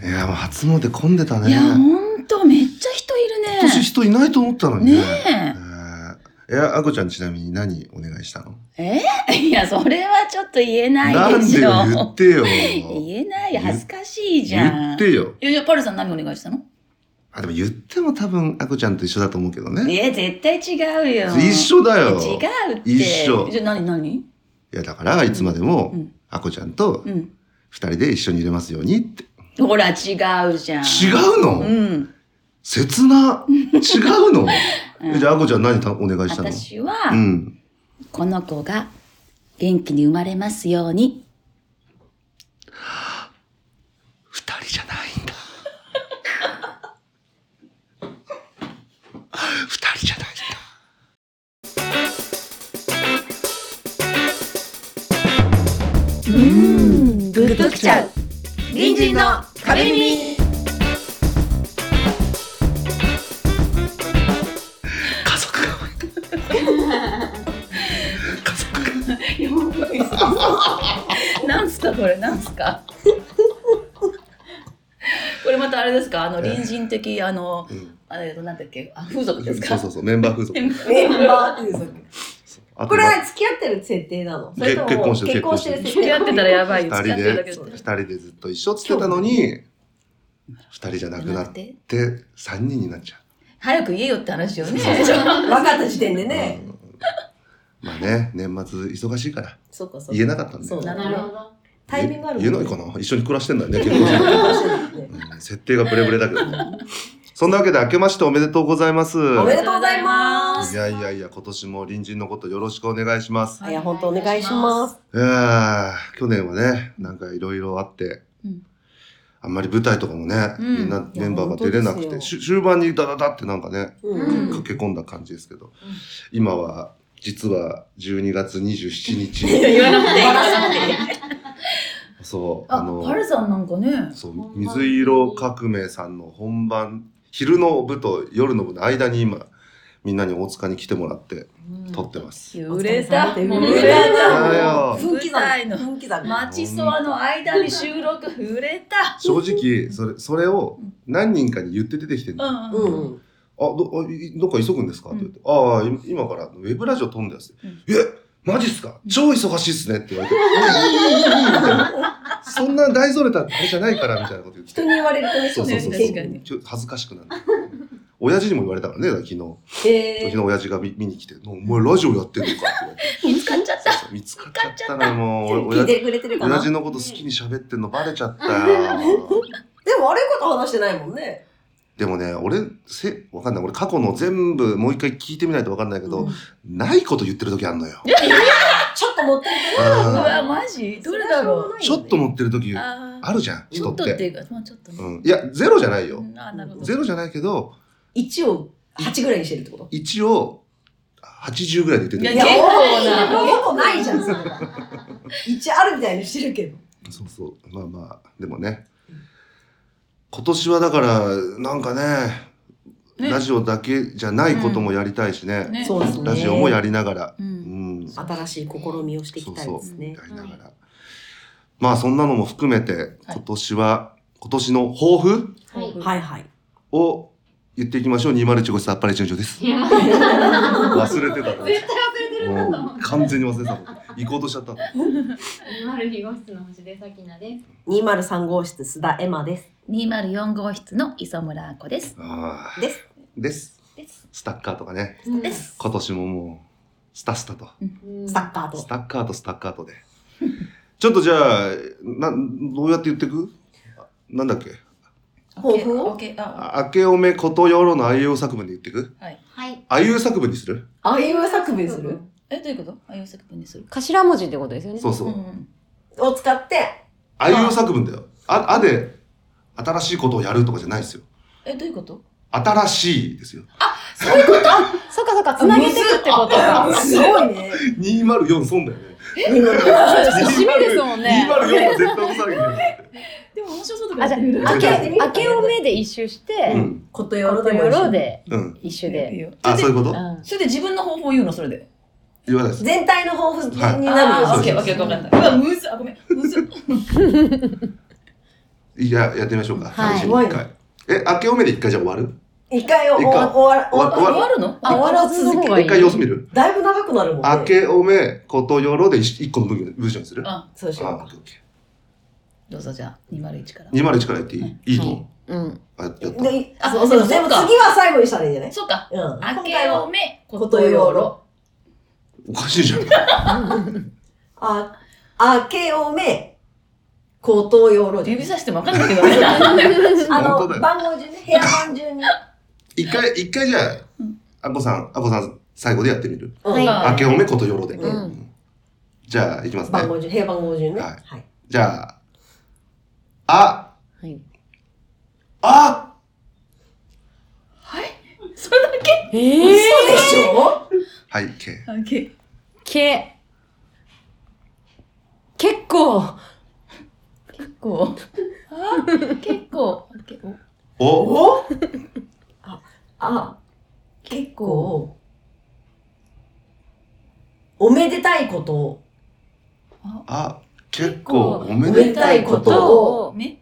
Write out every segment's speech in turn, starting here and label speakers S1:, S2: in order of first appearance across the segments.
S1: 初詣混んでたね。
S2: いや、ほんと、めっちゃ人いるね。
S1: 今年人いないと思ったのにね。
S2: ね
S1: え。えー、あこちゃんちなみに何お願いしたの
S2: え。え いや、それはちょっと言えな
S1: ない
S2: で
S1: ん
S2: し
S1: でよ
S2: ょ。
S1: 言ってよ。
S2: 言えないよ。恥ずかしいじゃん。
S1: 言ってよ。
S2: いやいや、パルさん何お願いしたの
S1: あ、でも言っても多分あこちゃんと一緒だと思うけど
S2: い
S1: ね。
S2: や、絶対違うよ。
S1: 一緒だよ。
S2: 違
S1: いう
S2: って。
S1: 一緒
S2: じゃあ何、何
S1: や、だからいつまでも
S2: うん
S1: あこちゃんと
S2: うん。
S1: 二人で一緒にいれますようにって。
S2: ほら、違うじゃん。
S1: 違うの、
S2: うん。
S1: 切な。違うの、えじゃああこちゃん何たお願いしたの
S2: 私は、
S1: うん。
S2: この子が元気に生まれますように。
S1: 二人じゃないんだ。二人じゃないんだ。
S2: うん、グッときちゃう。
S3: 隣人の壁
S1: 家
S3: 耳
S1: 族が家族が
S2: なんすかこれなんす かこれまたあれですかあの
S1: ええ
S2: 隣人的あの、
S1: うん
S2: あれなんだっけあ風俗です
S1: そ
S2: か
S1: うそうそうメンバー風俗
S3: メンバー風俗
S1: あと
S3: これは付き合ってる設定なのそれとも
S1: 結婚してる
S3: 結婚してる設定
S2: 付き合ってたらやばいよ
S1: 二
S2: 付き
S1: 人
S2: 合ってるだ
S1: で
S2: けで
S1: 二人でずっと一緒っつってたのに二人じゃなくな
S2: なく
S1: って
S2: て
S1: 三人になっちゃ
S2: 早く言えよって話よね
S3: 分かった時点で
S1: う、
S3: ね、
S1: うんまあね年末忙しいから
S3: そうかそう
S1: 言え
S3: か
S1: なかったんだ
S3: そう
S1: よ
S3: だ
S2: な
S3: ね
S2: るほ
S4: ど。
S3: タイミングある
S1: 言えないかな一緒に暮らしてんだよね結婚して
S3: 結婚してるって
S1: うん設定がブレブレだけどねそんなわけで明けましておめでとうございます
S3: おめでとうございま
S1: い
S3: す
S1: やいやいや今年も隣人のことよろしくお願いします
S3: いや本当お願いします
S1: いやー去年はねなんかいろいろあって、
S2: うん
S1: あんまり舞台とかもね、
S2: うん
S1: みんなメンバーが出れなく
S3: いや本当
S1: て
S3: です
S1: し終盤にダダダってなんかね
S3: う
S2: うん
S1: 駆け込んだ感じですけど、今は実は12月27日
S2: 言わなくていい
S3: バラさなくていい
S1: そうあ
S2: あ
S1: の
S2: パルさんなんかね
S1: そう水色革命さんの本番昼の部と夜の部の間に今みんなに大塚に来てもらって撮ってます。
S2: 売
S3: 売れた
S2: 売れ
S1: だよ
S2: た
S3: 分刻み分刻み
S2: 街そわの間に収録売れた
S1: 正直それそれを何人かに言って出てきてるの、
S2: うん
S3: う
S2: うん
S3: んうん
S1: あ、ど、あ、いどっか急ぐんですかって言って、ああ、い今からウェブラジオ飛んだやつ。
S2: うん
S1: え、マジっすか超忙しいっすねって言われて、いいいいいいいいみたいな。そんな大それたあれじゃないからみたいなこと言って
S3: 人に言われるとね
S1: そうそうそうそう。
S2: 確
S1: ち
S2: かに
S1: ょ恥ずかしくなる。親父にも言われたからね、だから昨日。
S3: え
S1: 昨日
S3: ー
S1: 親父が見見に来て、お前ラジオやってんのかって言われて。
S2: 見つかっちゃった
S1: そう見つかっちゃったな、もう。お
S3: 聞い
S1: 親父
S3: てくれてるか
S1: 親
S3: な
S1: 父
S3: で
S1: のこと好きに喋ってんのバレちゃったよ。
S3: も悪いこと話してないもんね
S1: でもね、俺、せ、わかんない。俺過去の全部もう一回聞いてみないとわかんないけど、ないこと言ってる時あんのよ。
S3: ちょっと持ってる
S2: う
S1: うん
S2: わマジどれだろう
S1: ちょっと持ってる時
S2: あー
S1: あるじゃん、
S2: ち
S1: 人
S2: ょ
S1: っ
S2: っとって
S1: て。
S2: いうかまあちょっとね
S1: うん、いや、ゼロじゃないよ。
S2: あなるほど
S1: ゼロじゃないけど、
S3: 一を八ぐらいにしてるってこと
S1: 一応、80ぐらいで言って
S2: い
S1: る
S2: や。結構な
S3: もうほぼないじゃんそれは一あるみたいにしてるけど
S1: そうそう。まあまあ、でもね。今年はだから、なんかね、
S2: ね
S1: ラジオだけじゃないこともやりたいしね。
S2: ね
S3: そうですね
S1: ラジオもやりながら。う
S2: う
S1: んん。や
S3: 新しい試みをしていきたいですね
S1: りながら。まあ、そんなのも含めて、
S2: はい
S1: 今年は、今年の抱負
S4: はい。
S3: はいはい
S1: を言っていきましょう。201号室あっぱれ順調です。忘れてたから。
S4: 絶対忘れてるなと思
S1: も
S4: っ
S1: う完全に忘れてたもん行こうとしちゃったの
S4: て。202号室の星出咲菜です。
S3: 203号室須田エマです
S2: 204号室の磯村あこです。
S1: あー
S3: です
S1: です
S2: です。
S1: スタッカーとかね
S2: で
S4: う
S2: す。
S1: 今年ももうスタスタと
S4: ん
S3: スタッカーと
S1: スタッカーとスタッカーとでちょっとじゃあなどうやって言ってくなんだっけ
S3: 抱負を
S2: オッケーオッケーあ
S1: あ明けおめことよろのあいうえお作文で言ってく
S4: はい。
S1: あいうえお作文にする
S3: あいうえ作文する
S2: え、どういうことあ、四作分にする。
S5: 頭文字ってことですよね。
S1: そうそう、
S2: ん。
S3: を使って
S1: あいうえお作文だよああで新しいことをやるとかじゃないですよ
S2: え、どういうこと
S1: 新しいですよ
S5: そうかそうか、つなげていくってことか。
S3: すごい ね
S1: 204損だよね
S5: 節目ですもんね。
S1: 204は絶対押さなきゃいけない
S2: でも面白そうだ
S5: あ、じゃあ、
S2: やってみる
S5: 明け、明けおめで一周して、
S1: う
S5: こ
S1: ん
S3: こと
S5: と
S3: よろでも
S5: よ
S3: いいし
S5: ろで
S1: うん
S5: 一周
S2: いい
S5: で。
S2: よ
S1: あ
S2: そ
S1: そう
S2: れ
S1: いう
S2: で、
S1: こと
S5: うん
S2: それで自分の方法を言うの、それで。
S1: 言わないです
S3: 全体の抱負になる
S2: あー、
S1: そう
S2: オッ
S1: そ
S2: ケ
S1: う
S2: ーオッケー、わかった。うわ、むずっ、あ、ごめん、むずっ。
S1: いややってみましょうか
S2: はい
S1: 楽しみに一回え明けおめで一回じゃあ終わる
S3: 一回お
S1: 一
S3: 終
S1: 回
S3: わ終わ
S1: 終わ
S3: 終わ
S1: 終わ
S2: るの
S3: あ終わらずの方がい
S1: 一回様子見る
S3: だいぶ長くなるもんね。
S1: 明けおめことよろで一一個の文章文章にする
S2: あ
S3: そうしよう
S1: あ
S3: か。
S2: どうぞじゃあ、201から。
S1: 201からやっていいいいの
S5: うん。
S1: あやった
S3: で、
S2: あ
S3: そう
S2: そう
S3: そ
S2: か
S3: う。でも次は最後にしたらいいんじゃない
S2: そうか。
S3: うん。
S2: 明
S3: 今
S2: け
S3: 回
S2: お
S3: は、
S2: め、こ
S3: ことと
S2: よ
S3: よ
S2: ろ
S3: ろ。
S1: おかしいじゃん
S3: あ、明けおめ、ことよろじゃん
S2: 指さしてもわかんないけどね。なんだよ
S3: あ
S1: 本当
S3: の
S1: だ、よ
S3: 番号順ね、部屋番順に。
S1: 一回一回じゃ
S2: うん
S1: ああこさんあこさん最後でやってみる
S3: うん
S2: はい
S1: 明けおめことよろで、
S3: うん
S1: じゃあいきますね
S3: 番号順、部屋番号順ね。
S1: はい
S3: はい。
S1: じゃああ
S5: はい。
S1: あ
S2: それだけ
S5: ええ。
S3: そうでしょ
S1: はいけ
S2: 明け
S5: け。結構。
S2: 結構。あ結構。明けお
S1: お
S3: おあ、あ、結構、おめでたいことを、
S1: あ結構おめ
S3: お
S1: で
S3: めでたいことを、
S5: と。
S2: め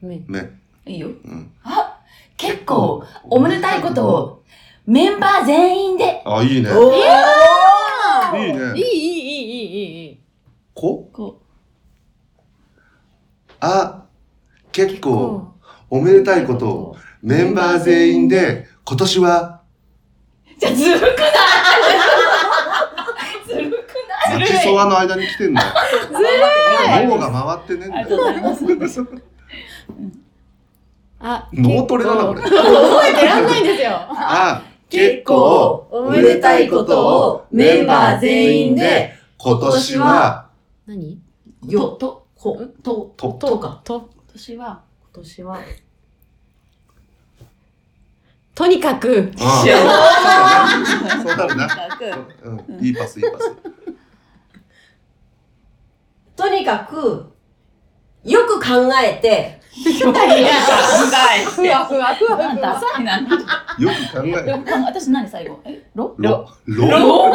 S5: め。
S1: め
S2: いいよ。
S1: うん
S2: あ結構、おめでたいことを、メンバー全員で。
S1: あいいね
S3: お
S1: いい
S3: ー
S5: いい
S1: ね
S5: いいいいいいい。
S1: こ
S2: こ
S1: あ結構おめでたいことをメンバー全員で今年は
S2: う。じゃあ、ずるくないずるくない
S1: 泣きそわの間に来てんだよ
S5: ずるい。
S1: 脳が回ってねえんだ
S2: ありがとうござい
S1: よ
S2: ます。
S5: あ
S1: 脳トレだなこれ。
S5: 覚えてらんないんですよ。
S1: あ
S3: 結構おめでたいことをメンバー全員で
S1: 今年は
S5: 何？
S3: よ
S2: と、
S3: こ、と、
S1: と
S3: とか。
S5: と
S2: 私は、
S3: 今年は。
S5: とにかく
S1: あ
S2: 幸
S1: あそうだな
S2: せ。
S1: うんいいパスいいパス
S3: とにかく、よく考えて、
S2: いや、考
S5: ふわふわふわ
S2: なんだ、さいな。
S1: よく考える
S2: 私何最後え、ろ
S1: ろろ
S2: ろ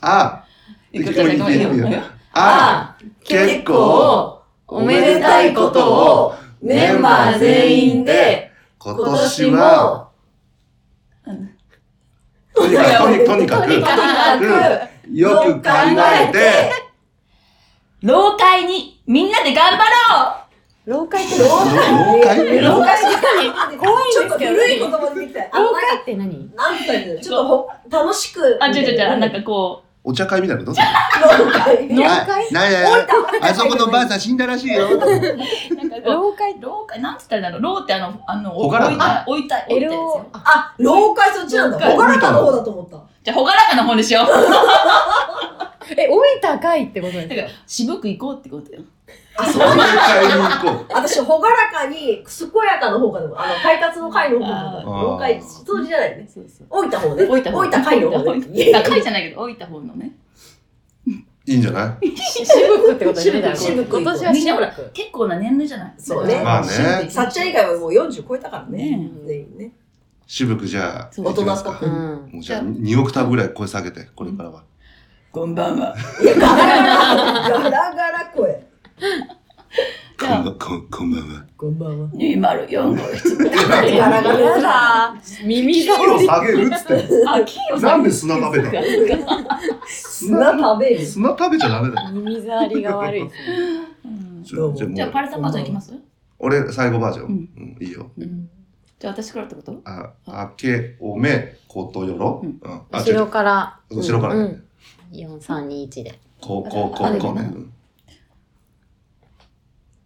S1: あ
S2: いいことじゃないよ
S1: あ
S3: あ、
S1: 結構
S5: おめでたいこと
S3: をメンバー全員で、
S1: 今
S3: 今年
S1: 年は
S3: も、
S1: とにかくとにかく
S2: とにか
S3: とにか
S1: よく考えて
S2: 老会にみんなで頑張ろ
S5: 老化って
S3: く、老
S1: 老化って
S3: 老化して
S5: 何？怖い
S3: ち
S5: ん
S3: ょ
S5: で
S3: っと
S5: すけど。
S3: 古い言葉出てきた。あの、
S5: 老化
S3: なんか
S5: って何？
S3: なんていうのちょっとほ楽しく。
S2: うあ、違う違う違う、なんかこ
S1: お茶会みたいなこと
S3: 老化。
S1: い
S5: 老
S1: や
S5: 化
S1: なんやあそこのばあさん死んだらしいよ
S2: う、なんかこ
S5: 老化
S2: う、老会、なんつったらいいんだろう、老ってあの、あの、
S1: ほ
S2: 置
S1: がら
S2: い
S1: か
S2: た、置いた、置いたやつよ
S5: L。
S3: あ、老化そっちなんだ。
S2: 老化
S3: ほがらかの方だと思った。
S2: じゃあ、ほがらかな方にしよう。
S5: え老いたかいってこと
S2: だか
S5: で
S2: ら
S5: すか？、
S2: 渋く行こうってことよ。
S3: あ、そ
S1: お茶
S3: う。
S1: 会に行こ
S3: 私、ほがらかに、健やかの方かでも、あの、快活の会の方
S2: あ
S3: か
S1: ー
S3: と思った老化、当時じゃないね。
S2: そうそう。
S3: 置いた方ね。
S2: 置いた方。
S3: 置いた会の方
S2: 置い
S3: ね。
S2: た置いた会じゃないけど、置いた方のね。
S1: ういいんじゃない
S5: し渋くってことですね。だから
S3: 渋く
S5: 今年は
S2: みんなほ
S5: 渋
S2: ら
S5: く。
S2: 結構な年齢じゃない
S3: そうね
S1: まあね
S3: さっちゃん以外はもう40超えたからね
S2: ね。
S3: 全員ね。
S1: 渋くじゃあ
S2: そう
S1: 行きます
S3: 大人
S1: か
S3: し
S5: ん。
S1: もうじゃあ2オクターブぐらい声下げてこれからは
S2: こんばんは。
S3: いや、ガラガラ、ガラガラ声。
S1: こ
S2: じ
S1: ん
S2: ゃあ
S1: ばんこんこんばんは
S3: こんばんは。
S2: 204号室。
S3: ガラガラだ。
S5: 耳が
S1: キーを下げるっつって
S2: あ、キーを
S1: なんで砂食べたの
S2: べた
S3: 砂食べる。
S1: 砂食べちゃダメだよ
S5: 耳障りが悪い。
S1: じゃあじゃあもう
S2: じゃあ、パルサンバージョンいきます
S1: 俺最後バージョン、
S2: うん
S1: うんいいよ
S2: うんじゃあ、私からってこと
S1: あ、あけおめことよろ、
S2: うん
S1: うんあ、
S5: 後
S1: 違う
S5: ろから。
S1: 後ろからね
S5: うん。四三二一で。
S1: こう、こう、こう、こうね。うん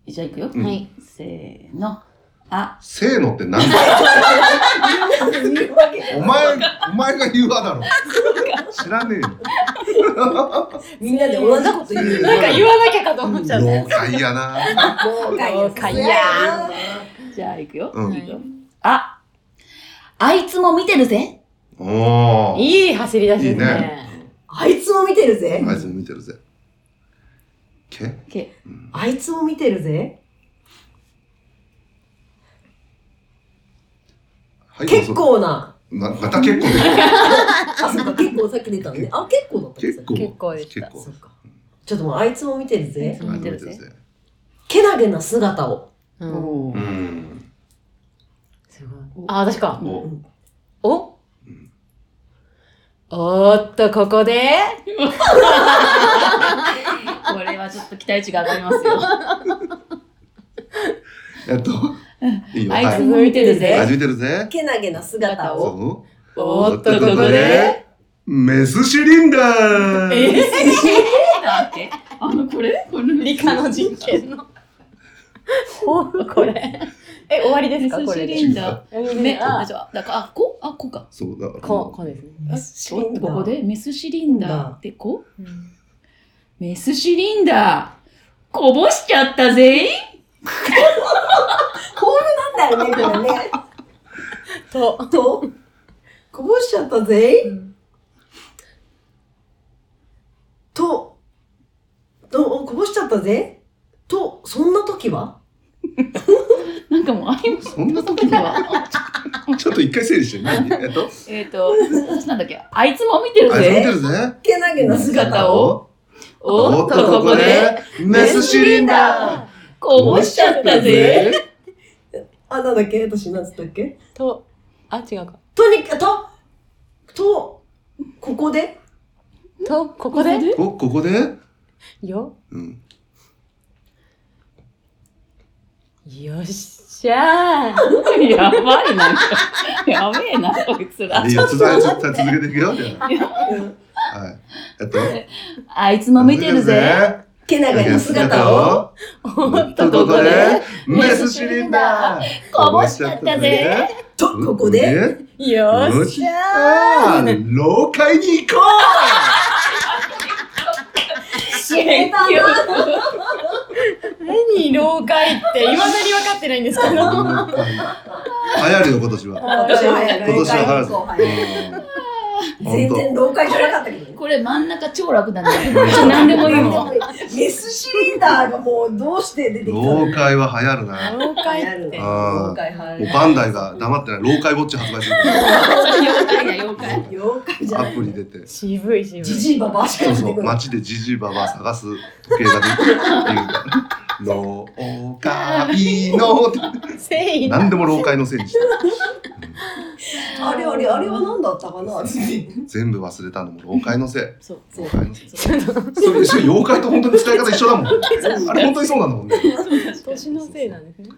S2: じゃあ、いくよ。
S1: うん
S5: はい。
S2: せーの。あ、
S1: せーのってなんだよ
S3: 言うわけ
S1: お前、お前が言うわだろ。知らねえよ。
S3: みんなで同じこと言う。
S5: なんか言わなきゃかと思っちゃうね。
S1: 老害やな。
S3: もう
S5: もうかいや
S2: じゃあ、いくよ。
S1: うん
S2: いくよあ、あいつも見てるぜ。
S1: おお。
S5: いい走り出し
S1: い
S5: で
S1: い
S5: すね。
S1: ね。
S3: あいつも見てるぜ。
S1: あいつも見てるぜ。け。
S2: け
S1: うん
S3: あいつも見てるぜ。
S1: はい
S3: 結。構な。
S1: どうぞま、また結構ね。
S3: あ、そっか、結構さっき出たのね。あ、結構だったんで
S1: 結
S3: すね
S1: 構。
S5: 結構でした
S1: 結構
S3: そっか。ちょっともうあいつも見てるぜ。
S2: 構
S1: あいつも見てるぜ。
S3: けなげな姿を。
S5: うん
S1: うん。
S3: すごい。
S5: あ、私か。
S1: お
S3: うん
S5: お
S1: うん
S5: おーっと、ここでこれはちょっと期待値が上がりますよ。
S1: えっと、いいよ。
S5: あいつ
S1: は
S5: 向いてる
S1: い。
S5: ぜ。
S1: 始めてるぜ。
S3: けなげな姿を。
S1: そ
S5: おーっと、ここで
S1: う。メスシリンダー。
S5: だってあの、これこの理科の人権の。おこれ。え、終わりですかこれで。
S1: リンダ
S5: ね、あ、
S2: だから、あ、こあ、こか。
S1: そうだ。
S5: こう、こうです
S3: シ
S5: ね。
S3: リンダー
S2: ここで、メスシリンダーってこう、
S5: うん
S2: メスシリンダー、こぼしちゃったぜ
S3: なんだよね、これね。
S5: と、
S3: と、こぼしちゃったぜ。と、と、こぼしちゃったぜ。と、そんな時は
S2: なんかもう、あい
S1: そんな時に は。ちょっと一回整理して。何えっと、
S2: えっと、なんだっけ、あいつも見てる
S1: あいつ見て
S2: ぜ
S1: るぜ。
S3: けなげな姿
S2: 姿
S3: を。
S2: をおっと、ここで、
S1: メスシリンダー。
S2: こぼしちゃったぜ。
S3: あ、なんだっけ私、なんつったっけ
S5: と、あ、違うか。
S3: とにかく、と、と、ここで、
S5: と、ここで
S1: お、ここで。
S5: よ、
S1: うん。
S5: よっしゃー。
S2: やばいな、なんか。やべえな、こいつら。
S1: いいよ、つづ続けていくよ。じゃ
S3: うん
S1: あはい。えっと。
S2: あいつも見てるぜ。。
S3: けなげな姿を。
S1: おっ
S2: とここで
S1: メスシリンダー
S2: こぼしちゃったぜ
S3: と、ここで、
S5: よ
S1: よ
S5: っ
S1: っ
S5: し
S1: し
S5: ゃ
S1: ゃー老界に行こ
S5: ー。めた何、老害って、いまだに分かってないんですけ
S1: う流
S5: ど。
S1: 行るよ今年は
S3: 今年は早い
S1: 今年は流行る
S3: 老
S1: ぞ
S3: 化以降
S1: うん
S3: 全
S1: ほん
S3: 然老化じゃなかったけどね。
S2: これ真ん中超楽だ ね。何でもいいもん。
S3: メスシリンダーがもうどうして出てきたの
S1: 老界は流行るなも
S5: 老害っ
S3: 流行
S5: て
S3: る。
S1: あー
S3: 老化入
S1: う
S3: る。
S1: バンダイが黙ってない老界ウォッチ発売する
S2: 妖怪だ、妖怪。
S3: 妖怪じゃ
S1: ア
S3: ない
S1: プ。リ出て
S5: 渋い渋い。
S3: じじいばばしか
S1: そう
S3: 出
S1: そう
S3: てく る。
S1: 街でジジイババア探す時計が出てくるっていう老界の って
S5: 誠意
S1: 何でも老界のせいにして
S3: あれあれあれは何だったかな。
S1: 全部忘れたのも老界のせい
S5: そう
S1: そうそれそれ妖怪と本当に使い方一緒だもん。 あれ本当にそうなんだもんね。
S5: 年のせいなんですね。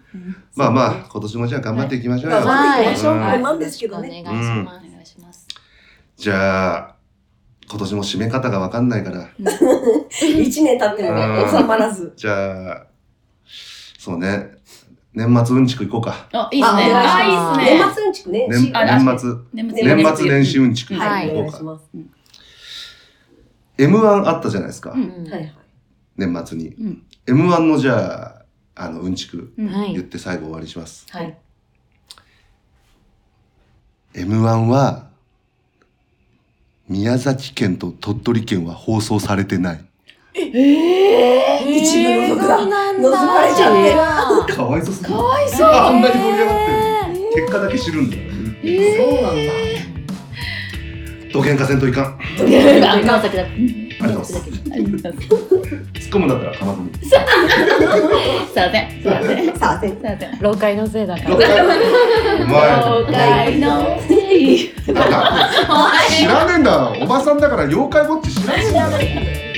S1: まあまあ今年もじゃあ頑張っていきましょうよ。
S3: はいはいなんですけどね
S2: お願いします。
S6: 願いします。
S1: じゃあ今年も締め方がわかんないから。
S3: 一年経ってもね
S1: うん
S3: 収まらず。
S1: じゃあそうね年末うんちく行こうか。
S2: あ、いいっすね。
S5: あ
S2: あ、いいっすね
S3: 年。末うんちくね。
S1: 年
S2: あ
S1: 年末
S2: 年
S1: 年末年始うんちく行
S3: はい。お
S1: こ
S3: 願
S1: う
S3: いし
S1: か。
S3: ます。
S1: M1 あったじゃないですか
S2: う。ん
S3: はいはい。
S1: 年末に
S2: うん
S1: M1 のじゃああのうんちく
S2: うん
S5: は
S1: 言っ
S5: い。
S1: て最後終わりします。
S3: はい。
S1: M1 は宮崎県と鳥取県は放送されてない。
S3: 一部の族だ
S5: そうなん
S3: 覗かれちゃって
S5: だ。
S1: かわいそうすぎる。かわいそう。あんなに盛り上がってる。結果だけ知るんだ。
S3: そうなんだ。
S1: と喧嘩せんといかん。
S2: あ川崎だ。あり
S1: がとうござい
S2: ありがとうござ
S1: 突
S2: い
S1: っ込むんだったら噛まずに。
S2: ます。すいません。すいません。すい
S3: さあ、
S2: ません。
S5: 老害のせいだか
S1: 了
S5: ら。
S1: 解お前。
S2: 妖怪のせい。
S1: なんか知らねえんだ。おばさんだから妖怪ウォッチ知らねえんだよ。